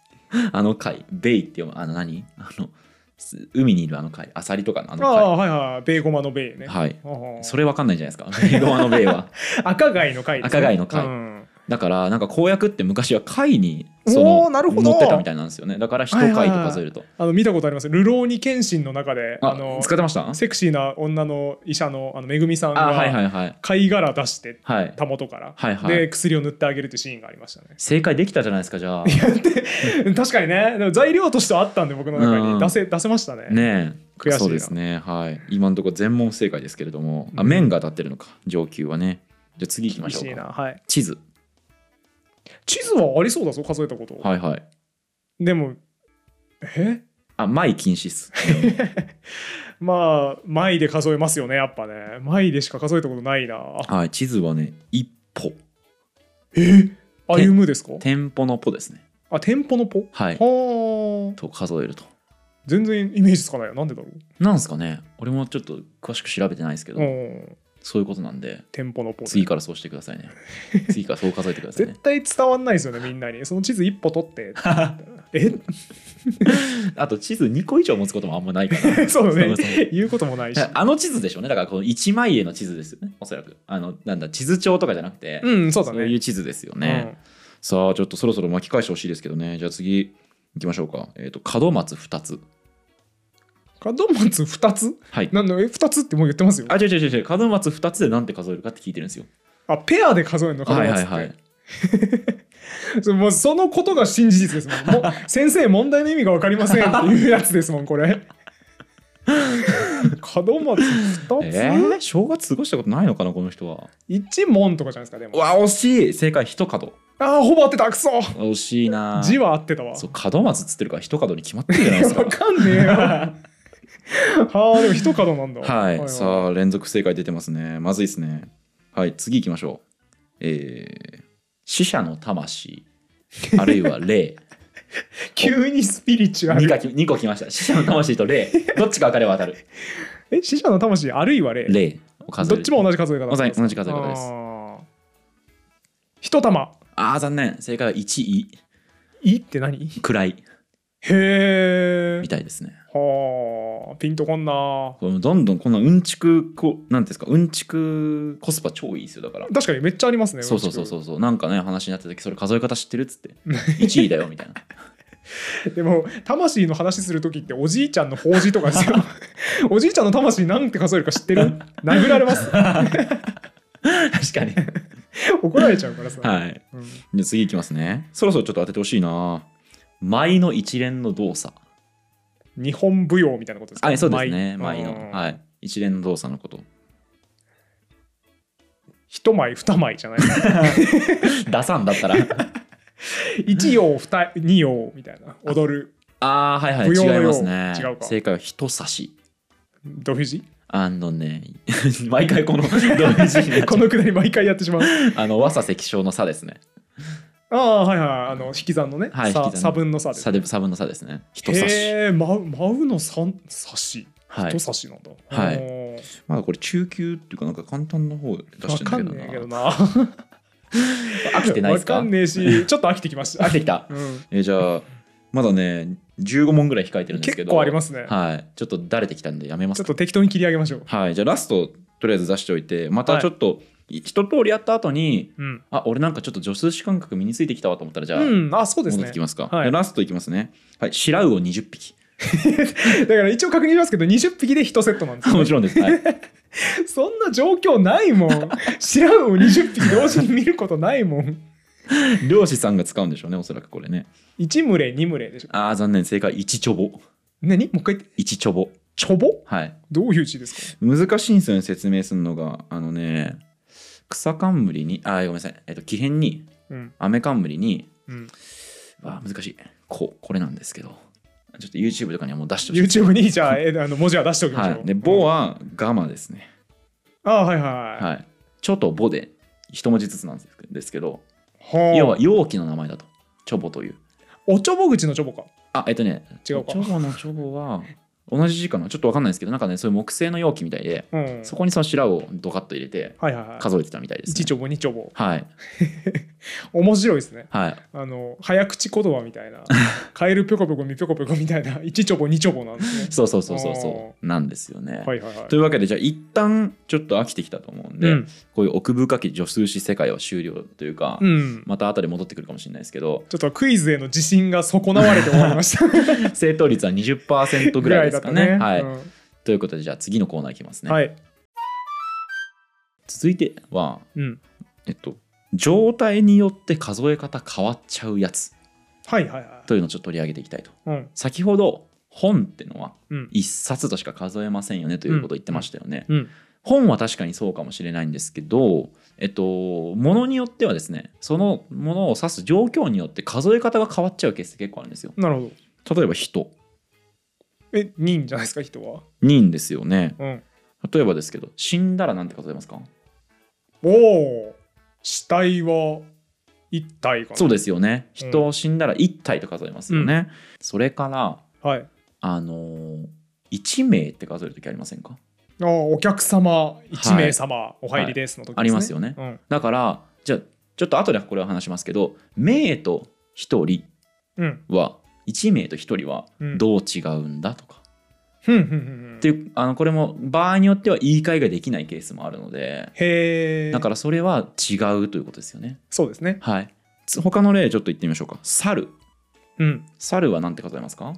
Speaker 1: あの貝。ベイって読む。あの何あの、す海にいるあの貝。アサリとかのあ
Speaker 2: あ
Speaker 1: の
Speaker 2: あはいはいベーゴマのベーね、
Speaker 1: 貝。はい。
Speaker 2: ああ
Speaker 1: それわかんないじゃないですか。ベイゴマのベイは。
Speaker 2: 赤貝の貝です、ね、
Speaker 1: 赤貝の貝
Speaker 2: うん
Speaker 1: だから、なんか公約って昔は貝に
Speaker 2: おーなるほど
Speaker 1: 乗ってたみたいなんですよね。だから人貝と数えると。
Speaker 2: あの見たことありますルローニケンシンの中であ
Speaker 1: あ
Speaker 2: の、
Speaker 1: 使ってました
Speaker 2: セクシーな女の医者のあのめぐみさん
Speaker 1: あはい
Speaker 2: が
Speaker 1: はいはい。
Speaker 2: 貝殻出して
Speaker 1: はい。
Speaker 2: たもとから、
Speaker 1: はいはい。
Speaker 2: で薬を塗ってあげるっていうシーンがありましたね
Speaker 1: 正解できたじゃないですかじゃあ
Speaker 2: 確かにねでも材料としてはあったんで僕の中
Speaker 1: うん
Speaker 2: に出せ出せましたね
Speaker 1: ねえ
Speaker 2: 悔しいな
Speaker 1: そうですねはい今のところ全問不正解ですけれどもあ
Speaker 2: うん
Speaker 1: 面が当たってるのか上級はねじゃあ次行きま
Speaker 2: 厳
Speaker 1: し
Speaker 2: し
Speaker 1: ょ
Speaker 2: いう
Speaker 1: か
Speaker 2: なはい
Speaker 1: 地図
Speaker 2: 地図はありそうだぞ数えたこと、
Speaker 1: はいはい
Speaker 2: でもえ
Speaker 1: あ前禁止っす
Speaker 2: まあ枚で数えますよねやっぱね枚でしか数えたことないな
Speaker 1: はい地図はね一歩
Speaker 2: え歩むですか
Speaker 1: 店舗のポですね
Speaker 2: あ店舗のポ
Speaker 1: はい
Speaker 2: はあ
Speaker 1: と数えると
Speaker 2: 全然イメージつかないよなんでだろう
Speaker 1: なんすかね俺もちょっと詳しく調べてないですけど、
Speaker 2: うん
Speaker 1: そういうことなんで
Speaker 2: 店舗のポ
Speaker 1: 次からそうしてくださいね次からそう数えてくださいね
Speaker 2: 絶対伝わんないですよねみんなにその地図一歩取って え
Speaker 1: あと地図2個以上持つこともあんまないか な
Speaker 2: そうだね
Speaker 1: そうそう
Speaker 2: 言うこともないし
Speaker 1: あの地図でしょうねだからこの一枚絵の地図ですよねおそらくあのなんだ地図帳とかじゃなくて、
Speaker 2: うんそうだ
Speaker 1: そ
Speaker 2: ね
Speaker 1: ういう地図ですよね、
Speaker 2: うん
Speaker 1: さあちょっとそろそろ巻き返してほしいですけどねじゃあ次行きましょうかえっ、と門松2つ
Speaker 2: 門松2つ
Speaker 1: はい
Speaker 2: なんだえ2つってもう言ってますよ
Speaker 1: あ違う違う違う違う門松2つで何て数えるかって聞いてるんですよ
Speaker 2: あペアで数えるの門
Speaker 1: はい
Speaker 2: 松
Speaker 1: は
Speaker 2: っ
Speaker 1: い
Speaker 2: て、
Speaker 1: はい
Speaker 2: そもうそのことが真実ですも んもう先生問題の意味が分かりませんっていうやつですもんこれ門松
Speaker 1: え
Speaker 2: 2
Speaker 1: ー正月過ごしたことないのかなこの人は
Speaker 2: つ、一問とかじゃないですかで
Speaker 1: う
Speaker 2: も
Speaker 1: わ惜しい正解一角
Speaker 2: ああほぼ合ってたくそ
Speaker 1: 惜しいな
Speaker 2: 字は合ってたわ
Speaker 1: そう門松っつってるから一角に決まってるじゃないですか
Speaker 2: 分かんねえよ はあでも一角なんだ
Speaker 1: はい、さあ連続不正解出てますねまずいですねはい次行きましょうえー、死者の魂あるいは霊
Speaker 2: 急にスピリチュア
Speaker 1: 2,
Speaker 2: ル
Speaker 1: か2個来ました死者の魂と霊どっちが分かれば当たる
Speaker 2: え死者の魂あるいは霊
Speaker 1: 霊を数え
Speaker 2: どっ
Speaker 1: る
Speaker 2: ちも同じ数え方
Speaker 1: 同じ同じ数え方です
Speaker 2: あー一玉
Speaker 1: ああ残念正解は1位
Speaker 2: いって何
Speaker 1: 暗い
Speaker 2: へえ
Speaker 1: みたいですね
Speaker 2: はあピンとこんな
Speaker 1: これどんどんこんなうんちくこうなんていうんですかうんちくコスパ超いいですよだから
Speaker 2: 確かにめっちゃありますね
Speaker 1: そうそうそうそううそうなんかね話になった時それ数え方知ってるっつって1位だよ みたいな
Speaker 2: んちくでも魂の話する時っておじいちゃんの法事と かですよおじいちゃんの魂なんて数えるか知ってる殴られます
Speaker 1: 確かに
Speaker 2: 怒られちゃうからさ、
Speaker 1: はい
Speaker 2: うん
Speaker 1: じゃあ次いきますねそろそろちょっと当ててほしいな舞の一連の動作
Speaker 2: 日本舞踊みたいなことですか
Speaker 1: はいそうですね
Speaker 2: 舞
Speaker 1: 舞
Speaker 2: う
Speaker 1: の、
Speaker 2: ん
Speaker 1: はい、一連の動作のこと
Speaker 2: 一枚二枚 じゃない
Speaker 1: 出さんだったら
Speaker 2: 一葉二二葉みたいな踊る
Speaker 1: ああはいはい
Speaker 2: 舞踊
Speaker 1: 違
Speaker 2: の
Speaker 1: い
Speaker 2: よう
Speaker 1: ますね
Speaker 2: 違うか
Speaker 1: 正解は人差し
Speaker 2: ドフジ
Speaker 1: あのね 毎回この 同時に
Speaker 2: このくだり毎回やってしまう
Speaker 1: あの和佐関所の差ですね
Speaker 2: ああはいはいあの引き算のね、
Speaker 1: はい
Speaker 2: さ
Speaker 1: 引き算の
Speaker 2: 差分の差です
Speaker 1: 差で差分の差ですね人差し
Speaker 2: へえ舞う舞うのさん差し
Speaker 1: はい
Speaker 2: 人差しなんだ
Speaker 1: はい
Speaker 2: おー
Speaker 1: まだこれ中級っていうかなんか簡単な方で出
Speaker 2: わ
Speaker 1: してんだ
Speaker 2: か
Speaker 1: け
Speaker 2: ん
Speaker 1: ど
Speaker 2: ね
Speaker 1: な
Speaker 2: えけどな
Speaker 1: 飽きてないですか
Speaker 2: わかんね えしちょっと飽きてきました
Speaker 1: 飽きてきた
Speaker 2: うん
Speaker 1: えーじゃあまだね15問ぐらい控えてるんですけ
Speaker 2: 結
Speaker 1: ど
Speaker 2: 構ありますね
Speaker 1: はいちょっとだれてきたんでやめま
Speaker 2: ち
Speaker 1: す
Speaker 2: ょっと適当に切り上げましょう
Speaker 1: はいじゃあラストとりあえず出しておいてま
Speaker 2: は
Speaker 1: た
Speaker 2: い
Speaker 1: ちょっとい一通りやった後に
Speaker 2: うん
Speaker 1: あ俺なんかちょっと助数詞感覚身についてきたわと思ったらじゃあ
Speaker 2: うんあそうです
Speaker 1: 戻っ
Speaker 2: ね
Speaker 1: てきますか、
Speaker 2: はい
Speaker 1: じゃあラストいきますねはい白魚20匹
Speaker 2: だから一応確認しますけど20匹で1セットなんですよ
Speaker 1: もちろんです、はい、
Speaker 2: そんな状況ないもん。 白魚を20匹同時に見ることないもん。
Speaker 1: 漁師さんが使うんでしょうねおそらくこれね
Speaker 2: 1群れ2群れでしょ。
Speaker 1: あー残念正解一ちょぼ
Speaker 2: 何もう一回言って。
Speaker 1: 一ちょぼ
Speaker 2: チョボ
Speaker 1: はい
Speaker 2: どういう字ですか
Speaker 1: 難しいんですよね説明するのがあのね草冠にあーごめんなさいえっと木片に
Speaker 2: うん。
Speaker 1: アメ冠に
Speaker 2: うん、
Speaker 1: わあ難しいこうこれなんですけどちょっと YouTube とかにはもう出してほしい
Speaker 2: YouTube にじゃあえ あの文字は出しておきまし
Speaker 1: は
Speaker 2: ょう。
Speaker 1: いで「ぼ」はガマですね
Speaker 2: ああはいはい。
Speaker 1: はい「ちょ」と「ぼ」で一文字ずつなんですけど
Speaker 2: はあ
Speaker 1: 要は容器の名前だと「ちょぼ」という
Speaker 2: おちょぼ口のちょぼか。
Speaker 1: あえっとね
Speaker 2: 違うか
Speaker 1: ちょぼのちょぼは同じ字かなちょっとわかんないですけどなんかねそういう木製の容器みたいで
Speaker 2: うん。
Speaker 1: そこにその白をドカッと入れて
Speaker 2: はいはいはい。
Speaker 1: 数えてたみたいです、
Speaker 2: 1
Speaker 1: ね
Speaker 2: ち、ょぼ2ちょぼ。
Speaker 1: はい
Speaker 2: 面白いですね。
Speaker 1: はい
Speaker 2: あの早口言葉みたい な。カエルぴょこぴょこみぴょこぴょこみたいな1ちょぼ2ちょぼなんですね。
Speaker 1: そうそうそうそうそうなんですよね、
Speaker 2: はいはいはい
Speaker 1: と。いうわけでじゃあ一旦ちょっと飽きてきたと思うんで、
Speaker 2: うん
Speaker 1: こういう奥深き助数詞世界は終了というか、
Speaker 2: うん。
Speaker 1: また後で戻ってくるかもしれないですけど
Speaker 2: ちょっとクイズへの自信が損なわれて終わりました。
Speaker 1: 正答率は20%ぐらいですかね。はい
Speaker 2: うん
Speaker 1: ということでじゃあ次のコーナーいきますね。
Speaker 2: はい。
Speaker 1: 続いては、
Speaker 2: うん。
Speaker 1: えっと、状態によって数え方変わっちゃうやつ
Speaker 2: はいはいは
Speaker 1: というのをちょっと取り上げていきたいと。
Speaker 2: い。うん。
Speaker 1: 先ほど本ってのは
Speaker 2: うん。
Speaker 1: 一冊としか数えませんよねということを言ってましたよね。
Speaker 2: うん。
Speaker 1: 本は確かにそうかもしれないんですけど、えっと、ものによってはですねそのものを指す状況によって数え方が変わっちゃうケースって結構あるんですよ。
Speaker 2: なるほど。
Speaker 1: 例えば人
Speaker 2: え、人じゃないですか、人は。
Speaker 1: 人ですよね
Speaker 2: うん。
Speaker 1: 例えばですけど死んだらなんて数えますか
Speaker 2: おお。死体は一体かな。
Speaker 1: そう
Speaker 2: で
Speaker 1: ですよね人死んだら1体と数えますよね、それから
Speaker 2: す。はい。
Speaker 1: あの1名って数える時ありませんか
Speaker 2: ああ、お客様、一名様、お入りですの時です、ね
Speaker 1: ありますよねだからじゃあちょっと後でこれを話しますけど名と1人
Speaker 2: うん。うん。
Speaker 1: は1名と1人は
Speaker 2: うん
Speaker 1: どう違うんだとか、
Speaker 2: ふんふんふんふん。
Speaker 1: っていうあのこれも場合によっては言い換えができないケースもあるので
Speaker 2: へえ。
Speaker 1: だからそれは違うということですよね
Speaker 2: そうですね。
Speaker 1: はいつ他の例ちょっと言ってみましょうか猿
Speaker 2: うん。
Speaker 1: 猿は何て数えますか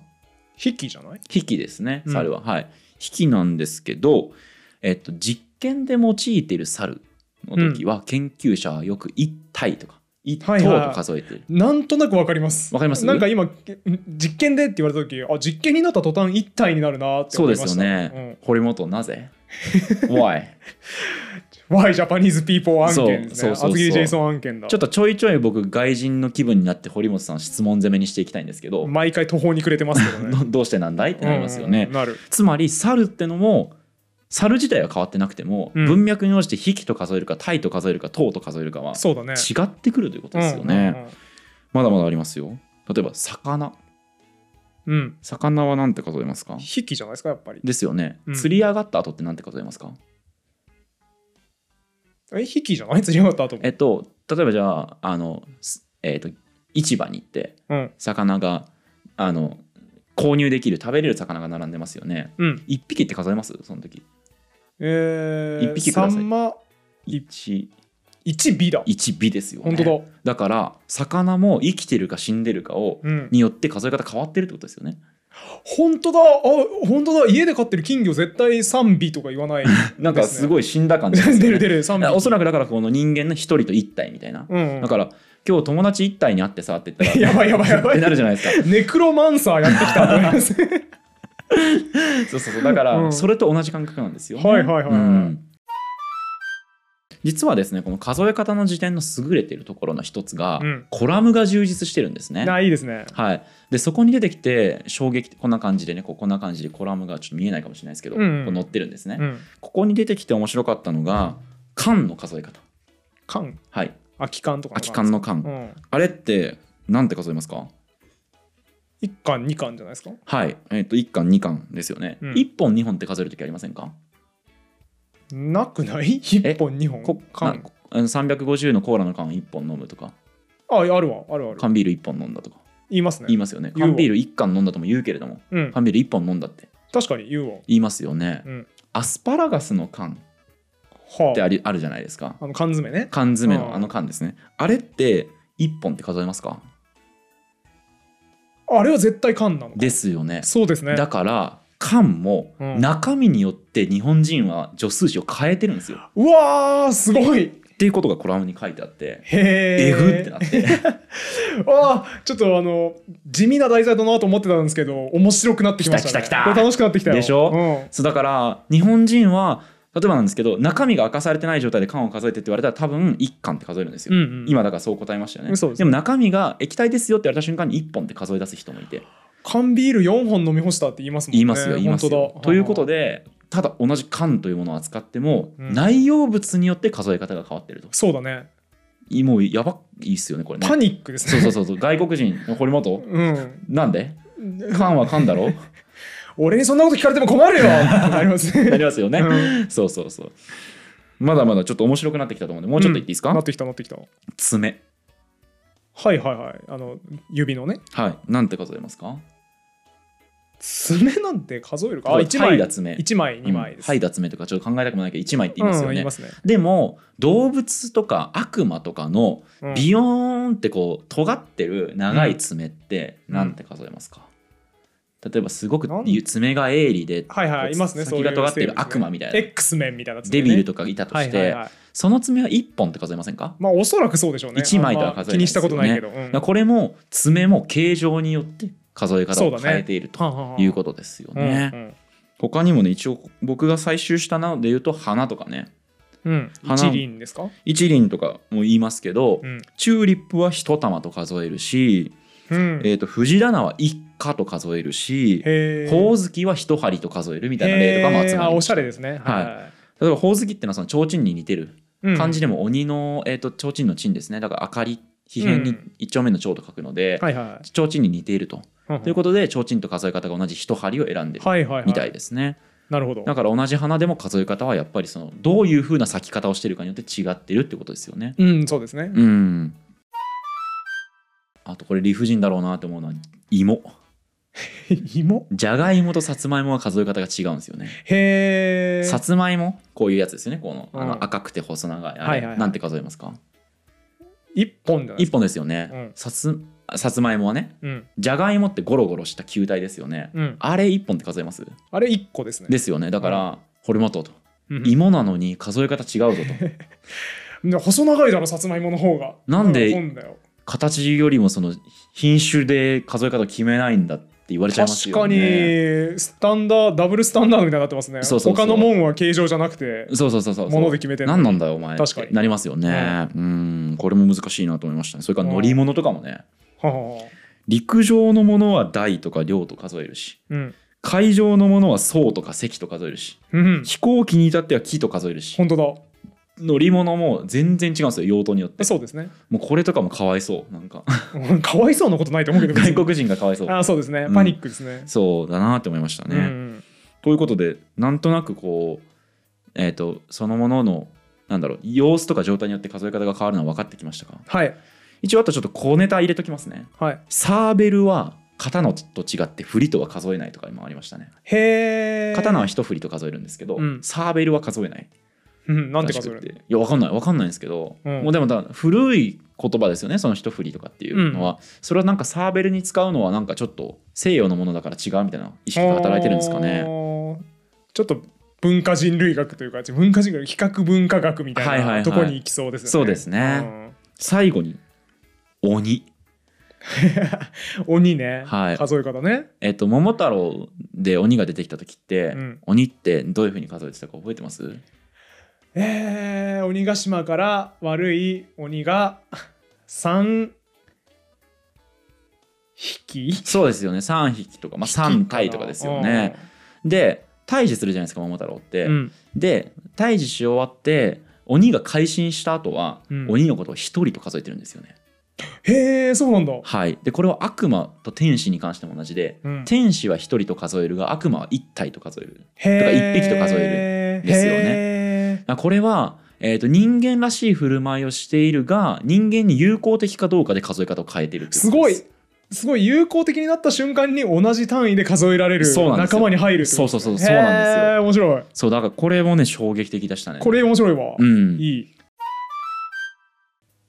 Speaker 2: 筆記じゃない
Speaker 1: 引きですね
Speaker 2: うん
Speaker 1: 猿は、はい引きなんですけど、えっと、実験で用いている猿の時は研究者はよく1体とか1
Speaker 2: はいはいはい
Speaker 1: 頭と数えている、
Speaker 2: なんとなくわかります。
Speaker 1: わかります
Speaker 2: なんか今、け実験でって言われた時あ、実験になった途端一体になるなって
Speaker 1: そう
Speaker 2: 思い
Speaker 1: で
Speaker 2: まし
Speaker 1: す
Speaker 2: た。
Speaker 1: よね、堀本なぜ Why?
Speaker 2: うん。Why Japanese people 案件です
Speaker 1: そうそうそ
Speaker 2: ね。
Speaker 1: うそう
Speaker 2: 厚切りジェイソン案件だ。
Speaker 1: ちょっとちょいちょい僕外人の気分になって堀本さん質問攻めにしていきたいんですけど、
Speaker 2: 毎回途方に暮れてますけどね。
Speaker 1: どどうして なんだいってなりますよ
Speaker 2: うんう
Speaker 1: ね
Speaker 2: ん、なる。
Speaker 1: つまり猿ってのも猿自体は変わってなくても、
Speaker 2: うん
Speaker 1: 文脈に応じて「引き」と数えるか「体」と数えるか「頭」と数えるかは違
Speaker 2: そうだね。
Speaker 1: ってくるということですよね、まだまだありますよ例えば魚
Speaker 2: うんうんうん。うん。
Speaker 1: 魚は何て数えますか
Speaker 2: 筆記じゃないですか、やっぱり。
Speaker 1: ですよね、
Speaker 2: うん
Speaker 1: 釣り上がった後って何て数えますか
Speaker 2: え、筆記じゃない釣り上がった後も
Speaker 1: え。っと例えばじゃああの、すえっと市場に行って
Speaker 2: うん。
Speaker 1: 魚があの購入できる食べれる魚が並んでますよね
Speaker 2: うん。
Speaker 1: 1匹って数えますその時
Speaker 2: えー、
Speaker 1: 一匹ください
Speaker 2: サンマ
Speaker 1: 1
Speaker 2: 1尾だ。
Speaker 1: 1尾ですよね
Speaker 2: 本当だ。
Speaker 1: だから魚も生きてるか死んでるかを
Speaker 2: うん。
Speaker 1: によって数え方変わってるってことですよね
Speaker 2: 本当だあ本当だ家で飼ってる金魚絶対賛美とか言わない
Speaker 1: なんかす
Speaker 2: い
Speaker 1: ごい死んだ感じがす
Speaker 2: 出る
Speaker 1: る
Speaker 2: 出る賛 美
Speaker 1: おそらくだからこの人間の一人と一体みたいな、
Speaker 2: うん
Speaker 1: だから今日友達一体に会ってさって言ったら
Speaker 2: やばいやばいやばい
Speaker 1: ってなるじゃないですか
Speaker 2: ネクロマンサーやってきたと思います
Speaker 1: そうそうそうだから、
Speaker 2: うん
Speaker 1: それと同じ感覚なんですよ、
Speaker 2: はいはいはいはい
Speaker 1: うん実はですねこの数え方の辞典の優れているところの一つが、
Speaker 2: うん
Speaker 1: コラムが充実してるんですね。
Speaker 2: ないいですね
Speaker 1: はい、でそこに出てきて衝撃こんな感じでねこうこんな感じでコラムがちょっと見えないかもしれないですけど、
Speaker 2: うん
Speaker 1: こう載ってるんですね、
Speaker 2: うん
Speaker 1: ここに出てきて面白かったのが間の数え方
Speaker 2: 缶
Speaker 1: はい
Speaker 2: 空き缶とか
Speaker 1: 空き缶の間、
Speaker 2: うん
Speaker 1: あれって何て数えますか
Speaker 2: 一缶二缶じゃないですか
Speaker 1: はい、えっと1巻2巻ですよね、
Speaker 2: うん
Speaker 1: 一1本2本って数える時ありませんか
Speaker 2: なくない一本二本
Speaker 1: こな
Speaker 2: 缶
Speaker 1: こあの350のコーラの缶1本飲むとか
Speaker 2: ああるわあるある
Speaker 1: 缶ビール1本飲んだとか
Speaker 2: 言いますね
Speaker 1: 言いますよね
Speaker 2: 言うわ
Speaker 1: 缶ビール1缶飲んだとも言うけれども
Speaker 2: うん
Speaker 1: 缶ビール1本飲んだって
Speaker 2: 確かに言うわ
Speaker 1: 言いますよね、
Speaker 2: うん
Speaker 1: アスパラガスの缶って
Speaker 2: は
Speaker 1: ありあるじゃないですか
Speaker 2: ああの缶詰ね
Speaker 1: 缶詰
Speaker 2: う
Speaker 1: の
Speaker 2: ん
Speaker 1: あの缶ですねあれって1本って数えますか
Speaker 2: あれは絶対缶なのか
Speaker 1: ですよね
Speaker 2: そうですね
Speaker 1: だから缶も
Speaker 2: うん
Speaker 1: 中身によって日本人は助数詞を変えてるんですよ
Speaker 2: うわーすごい
Speaker 1: っていうことがコラムに書いてあって
Speaker 2: へえ
Speaker 1: えぐってなって
Speaker 2: あーちょっとあの地味な題材だなと思ってたんですけど面白くなってきましたね
Speaker 1: 来た来た来た
Speaker 2: これ楽しくなってきたよ
Speaker 1: でしょ
Speaker 2: うん
Speaker 1: そうだから日本人は例えばなんですけど中身が明かされてない状態で缶を数えてって言われたら多分1缶って数えるんですよ、
Speaker 2: うんうん
Speaker 1: 今だからそう答えましたよね
Speaker 2: そうです
Speaker 1: も中身が液体ですよって言われた瞬間に1本って数え出す人もいて
Speaker 2: 缶ビール4本飲み干したって言いますもんね
Speaker 1: 言いますよ言います
Speaker 2: 本
Speaker 1: よ
Speaker 2: 当だ
Speaker 1: ということ
Speaker 2: で
Speaker 1: でただ同じ缶というものを扱っても、
Speaker 2: うん
Speaker 1: 内容物によって数え方が変わってると
Speaker 2: そうだね
Speaker 1: いもうやばいっすよねこれね
Speaker 2: パニックです
Speaker 1: そう
Speaker 2: ね
Speaker 1: そうそうそう外国人堀本
Speaker 2: うん
Speaker 1: なんで缶は缶だ ろ
Speaker 2: 俺にそんなこと聞かれても困るよあります
Speaker 1: な
Speaker 2: ね
Speaker 1: りますよね、
Speaker 2: う
Speaker 1: そうそうそうまだまだちょっと面白くなってきたと思うんでもうちょっと言っていいですか、
Speaker 2: なってきたなってきた
Speaker 1: 爪
Speaker 2: はいはいはいあの指のね
Speaker 1: はいなんて数えますか
Speaker 2: 爪なんて数えるか
Speaker 1: こ
Speaker 2: あ
Speaker 1: れ
Speaker 2: 一
Speaker 1: はい
Speaker 2: 枚
Speaker 1: だ爪
Speaker 2: 一枚二枚です
Speaker 1: はいだ爪とかちょっと考えたくもないけど1枚って言いますよ
Speaker 2: うん
Speaker 1: ね、
Speaker 2: 言いますね
Speaker 1: でも動物とか悪魔とかの
Speaker 2: うん
Speaker 1: ビヨーンってこう尖ってる長い爪ってなんて数えますか、例えばすごく
Speaker 2: なん
Speaker 1: 爪が鋭利で
Speaker 2: はいはいいますね
Speaker 1: 先が尖ってる
Speaker 2: そういう生物ね
Speaker 1: 悪魔みたいな
Speaker 2: X メンみたいな
Speaker 1: デビル
Speaker 2: と
Speaker 1: とかいたと
Speaker 2: は
Speaker 1: し
Speaker 2: いはい
Speaker 1: て
Speaker 2: はい
Speaker 1: その爪は1本って数えませんか
Speaker 2: まあおそらくそうでしょうね
Speaker 1: 一枚とは
Speaker 2: あんま
Speaker 1: 数えないですよね
Speaker 2: 気にしたことないけどうん
Speaker 1: だからこれも爪も形状によって数え方
Speaker 2: そう
Speaker 1: を
Speaker 2: だね
Speaker 1: 変えていると
Speaker 2: はんはんはん
Speaker 1: いうことですよね。
Speaker 2: うん
Speaker 1: 他にもね一応僕が採集したので言うと花とかね
Speaker 2: うんうん
Speaker 1: 花
Speaker 2: 一輪ですか
Speaker 1: 一輪とかも言いますけど、
Speaker 2: うん
Speaker 1: チューリップは一玉と数えるし、
Speaker 2: うん
Speaker 1: えー、と藤棚は一花と数えるし
Speaker 2: へー
Speaker 1: ほおずきは一針と数えるみたいな例とかも集
Speaker 2: へー
Speaker 1: ま
Speaker 2: あ
Speaker 1: り
Speaker 2: お
Speaker 1: ま
Speaker 2: し
Speaker 1: した
Speaker 2: ゃれですね
Speaker 1: は例えばほおずきってのはその提灯に似てる
Speaker 2: い
Speaker 1: 漢字
Speaker 2: で
Speaker 1: でも鬼の、えー、と提灯の陳ですねだから明かり皮辺
Speaker 2: う
Speaker 1: に
Speaker 2: ん
Speaker 1: 一丁目の蝶と書くので、
Speaker 2: はいは
Speaker 1: 提灯に似ていると。
Speaker 2: い
Speaker 1: ということで提灯と数え方が同じ一針を選んでる
Speaker 2: はいはいは
Speaker 1: みたい
Speaker 2: い
Speaker 1: ですね。
Speaker 2: なるほど
Speaker 1: だから同じ花でも数え方はやっぱりそのどういう風な咲き方をしてるかによって違ってるってことですよね。
Speaker 2: うんそうです ね
Speaker 1: うん。あとこれ理不尽だろうなって思うのは芋。
Speaker 2: 芋
Speaker 1: じゃがいもとさつまいもは数え方が違うんですよね。
Speaker 2: へえ
Speaker 1: さつまいもこういうやつですよね。このあ
Speaker 2: うん
Speaker 1: の赤くて細長いあれ、
Speaker 2: はいはいはい
Speaker 1: なんて数えますか。
Speaker 2: 一本じゃないで
Speaker 1: 一
Speaker 2: すか
Speaker 1: 本ですよね。
Speaker 2: うん
Speaker 1: さつさつまいもはね。
Speaker 2: うん
Speaker 1: じゃがいもってゴロゴロした球体ですよね。
Speaker 2: うん
Speaker 1: あれ一本って数えます。
Speaker 2: あれ一個ですね
Speaker 1: ですよね。だから、堀本と。
Speaker 2: うん
Speaker 1: 芋なのに数え方違うぞと。
Speaker 2: で細長いだろさつまいもの方が
Speaker 1: なんで
Speaker 2: 本だよ
Speaker 1: 形よりもその品種で数え方を決めないんだって言われちゃいます
Speaker 2: 確
Speaker 1: よ
Speaker 2: かに
Speaker 1: ね。
Speaker 2: スタンダーダブルスタンダードみたいになってますね
Speaker 1: そうそうそう
Speaker 2: 他のもんは形状じゃなくて
Speaker 1: そうそうそうそう。
Speaker 2: もので決めてんの
Speaker 1: 何なんだよお前。
Speaker 2: 確かに
Speaker 1: なりますよね。うん、これも難しいなと思いましたね。それから乗り物とかもね。
Speaker 2: ははは
Speaker 1: 陸上のものは台とか量と数えるし、
Speaker 2: うん
Speaker 1: 海上のものは層とか席と数えるし、
Speaker 2: うん
Speaker 1: 飛行機に至っては木と数えるし、
Speaker 2: 本当だ
Speaker 1: 乗り物も全然違うんですよ、用途によって。
Speaker 2: そうですね
Speaker 1: もうこれとかもかわいそう。なんか、
Speaker 2: かわいそうなことないと思うけど別
Speaker 1: 外
Speaker 2: に
Speaker 1: 国人がかわいそう。
Speaker 2: あそうですね
Speaker 1: うん
Speaker 2: パニックですね、
Speaker 1: そうだなって思いました
Speaker 2: う
Speaker 1: ね。
Speaker 2: んうん
Speaker 1: ということでなんとなくこうえっ、とそのもののなんだろう様子とか状態によって数え方が変わるのは分かってきましたか
Speaker 2: はい
Speaker 1: 一応あとちょっと小ネタ入れときますね
Speaker 2: はい
Speaker 1: サーベルは刀と違って振りとは数えないとか今ありましたね
Speaker 2: へえ
Speaker 1: 刀は一振りと数えるんですけど、
Speaker 2: うん
Speaker 1: サーベルは数えない
Speaker 2: うんなんて数え
Speaker 1: らし
Speaker 2: る
Speaker 1: くていや分かんない分かんないんですけど、
Speaker 2: うん
Speaker 1: もうでもだ古い言葉ですよねその一振りとかっていうのは、それはなんかサーベルに使うのはなんかちょっと西洋のものだから違うみたいな意識が働いてるんですか
Speaker 2: あ
Speaker 1: ね。
Speaker 2: ーちょっと文化人類学というか文化人類比較文化学みた
Speaker 1: はいいはいは
Speaker 2: ないとこに行きそうですよね。
Speaker 1: そうですね最後に鬼
Speaker 2: うん。 鬼ね、
Speaker 1: はい
Speaker 2: 数え方ね。
Speaker 1: えっと桃太郎で鬼が出てきた時って、
Speaker 2: うん
Speaker 1: 鬼ってどういうふうに数えてたか覚えてます
Speaker 2: えー、鬼ヶ島から悪い鬼が3匹
Speaker 1: そうですよね3匹とか、まあ、3体とかですよね。。で退治するじゃないですか桃太郎って。
Speaker 2: うんうん
Speaker 1: で退治し終わって鬼が改心した後は、
Speaker 2: うん
Speaker 1: 鬼のことを1人と数えてるんですよね。
Speaker 2: へえそうなんだ。
Speaker 1: はい、でこれは悪魔と天使に関しても同じで、
Speaker 2: うん
Speaker 1: 天使は1人と数えるが悪魔は1体と数える
Speaker 2: へ
Speaker 1: とか一匹と数え
Speaker 2: え
Speaker 1: るんですよね
Speaker 2: ね。
Speaker 1: あこれは、えー、と人間らしい振る舞いをしているが人間に友好的かどうかで数え方を変えているってう
Speaker 2: す
Speaker 1: こと
Speaker 2: ご
Speaker 1: で
Speaker 2: いすごい友好的になった瞬間に同じ単位で数えられる
Speaker 1: そうなんですよ
Speaker 2: 仲間に入るってこと
Speaker 1: そうそうそうそうなんですよ
Speaker 2: へー面白い。
Speaker 1: そうだからこれもね衝撃的でしたね
Speaker 2: これ面白いわ。
Speaker 1: うん、
Speaker 2: いい。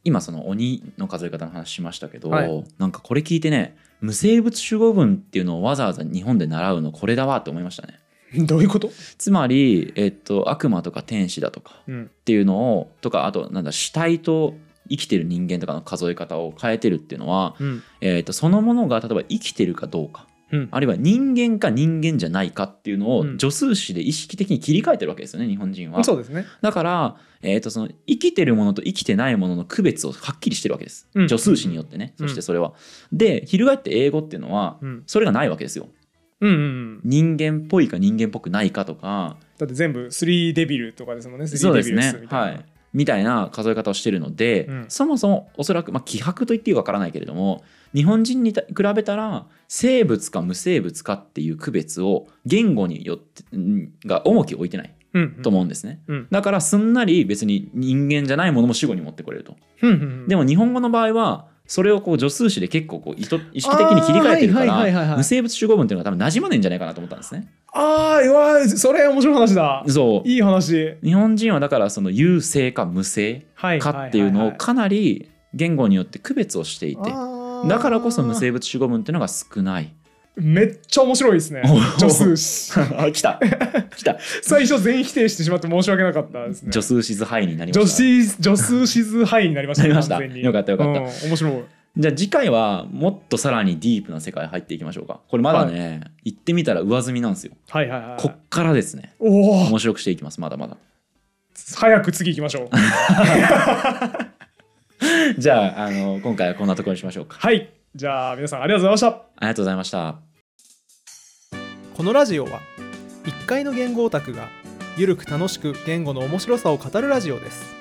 Speaker 1: 今その鬼の数え方の話しましたけど、
Speaker 2: はい
Speaker 1: なんかこれ聞いてね無生物主語文っていうのをわざわざ日本で習うのこれだわって思いましたね
Speaker 2: どういうこと？
Speaker 1: つまり、えっと、悪魔とか天使だとか
Speaker 2: うん。
Speaker 1: っていうのをとかあとなんだ主体と生きてる人間とかの数え方を変えてるっていうのは、
Speaker 2: うん。
Speaker 1: えっとそのものが例えば生きてるかどうか
Speaker 2: うん。
Speaker 1: あるいは人間か人間じゃないかっていうの
Speaker 2: う
Speaker 1: を
Speaker 2: ん
Speaker 1: 助数詞で意識的に切り替えてるわけですよね日本人は。
Speaker 2: そうですね。
Speaker 1: だから、えー、とその生きてるものと生きてないものの区別をはっきりしてるわけです、
Speaker 2: うん
Speaker 1: 助数詞によってね、
Speaker 2: うん
Speaker 1: そしてそれは。で翻って英語っていうのは
Speaker 2: うん。
Speaker 1: それがないわけですよ。
Speaker 2: うんうんうん。
Speaker 1: 人間っぽいか人間っぽくないかとか
Speaker 2: だって全部スリーデビルとかですもんね。スリ
Speaker 1: そ
Speaker 2: ー
Speaker 1: う
Speaker 2: デ
Speaker 1: で
Speaker 2: ビ
Speaker 1: す
Speaker 2: ル
Speaker 1: ね、はい、みたいな数え方をしてるので、
Speaker 2: うん
Speaker 1: そもそもおそらく、まあ、希薄と言っていいかわからないけれども日本人にた比べたら生物か無生物かっていう区別を言語によってんが重きを置いてない
Speaker 2: い。うん。
Speaker 1: と思うんですね、
Speaker 2: うん
Speaker 1: だからすんなり別に人間じゃないものも主語に持ってこれると。
Speaker 2: うんうんうん。
Speaker 1: で
Speaker 2: も
Speaker 1: も日本語の場合はそれをこう助数詞で結構こう意図意識的に切り替えてるか
Speaker 2: あーはいはいはいは
Speaker 1: ら
Speaker 2: い
Speaker 1: 無生物主語文っていうのが多分馴染まねえんじゃないかなと思ったんですね。
Speaker 2: ああうわーそれ面白い話だ。
Speaker 1: そう
Speaker 2: いい話。
Speaker 1: 日本人はだからその有性か無性
Speaker 2: はい。
Speaker 1: かっていうの
Speaker 2: は
Speaker 1: を
Speaker 2: は
Speaker 1: かなり言語によって区別をしてい
Speaker 2: は
Speaker 1: て
Speaker 2: いあー
Speaker 1: だからこそ無生物主語文っていうのが少 ない。
Speaker 2: めっちゃ面白いですね
Speaker 1: お。
Speaker 2: 助数詞。
Speaker 1: あ来た来た
Speaker 2: 最初全否定してしまって申し訳なかったですね。
Speaker 1: 助数詞図範囲になりま
Speaker 2: 女
Speaker 1: した。
Speaker 2: 子女数シズハイになりました、
Speaker 1: なりました
Speaker 2: 完全に
Speaker 1: よかったよかった
Speaker 2: うん面白い。
Speaker 1: じゃあ次回はもっとさらにディープな世界入っていきましょうか。これまだね、言ってみたら上積みなんですよ。
Speaker 2: はいはいはい。
Speaker 1: こっからですね
Speaker 2: おお
Speaker 1: 面白くしていきますまだまだ。
Speaker 2: 早く次行きましょう。
Speaker 1: じゃああの今回はこんなところにしましょうか。
Speaker 2: はい。じゃあ皆さんありがとうございまし
Speaker 1: ありがとうございました。
Speaker 2: た。このラジオは1階の言語オタクがゆるく楽しく言語の面白さを語るラジオです。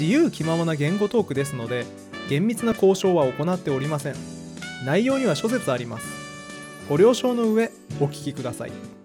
Speaker 2: 自由気ままな言語トークですので厳密な交渉は行っておりません。内容には諸説あります。ご了承の上お聞きください。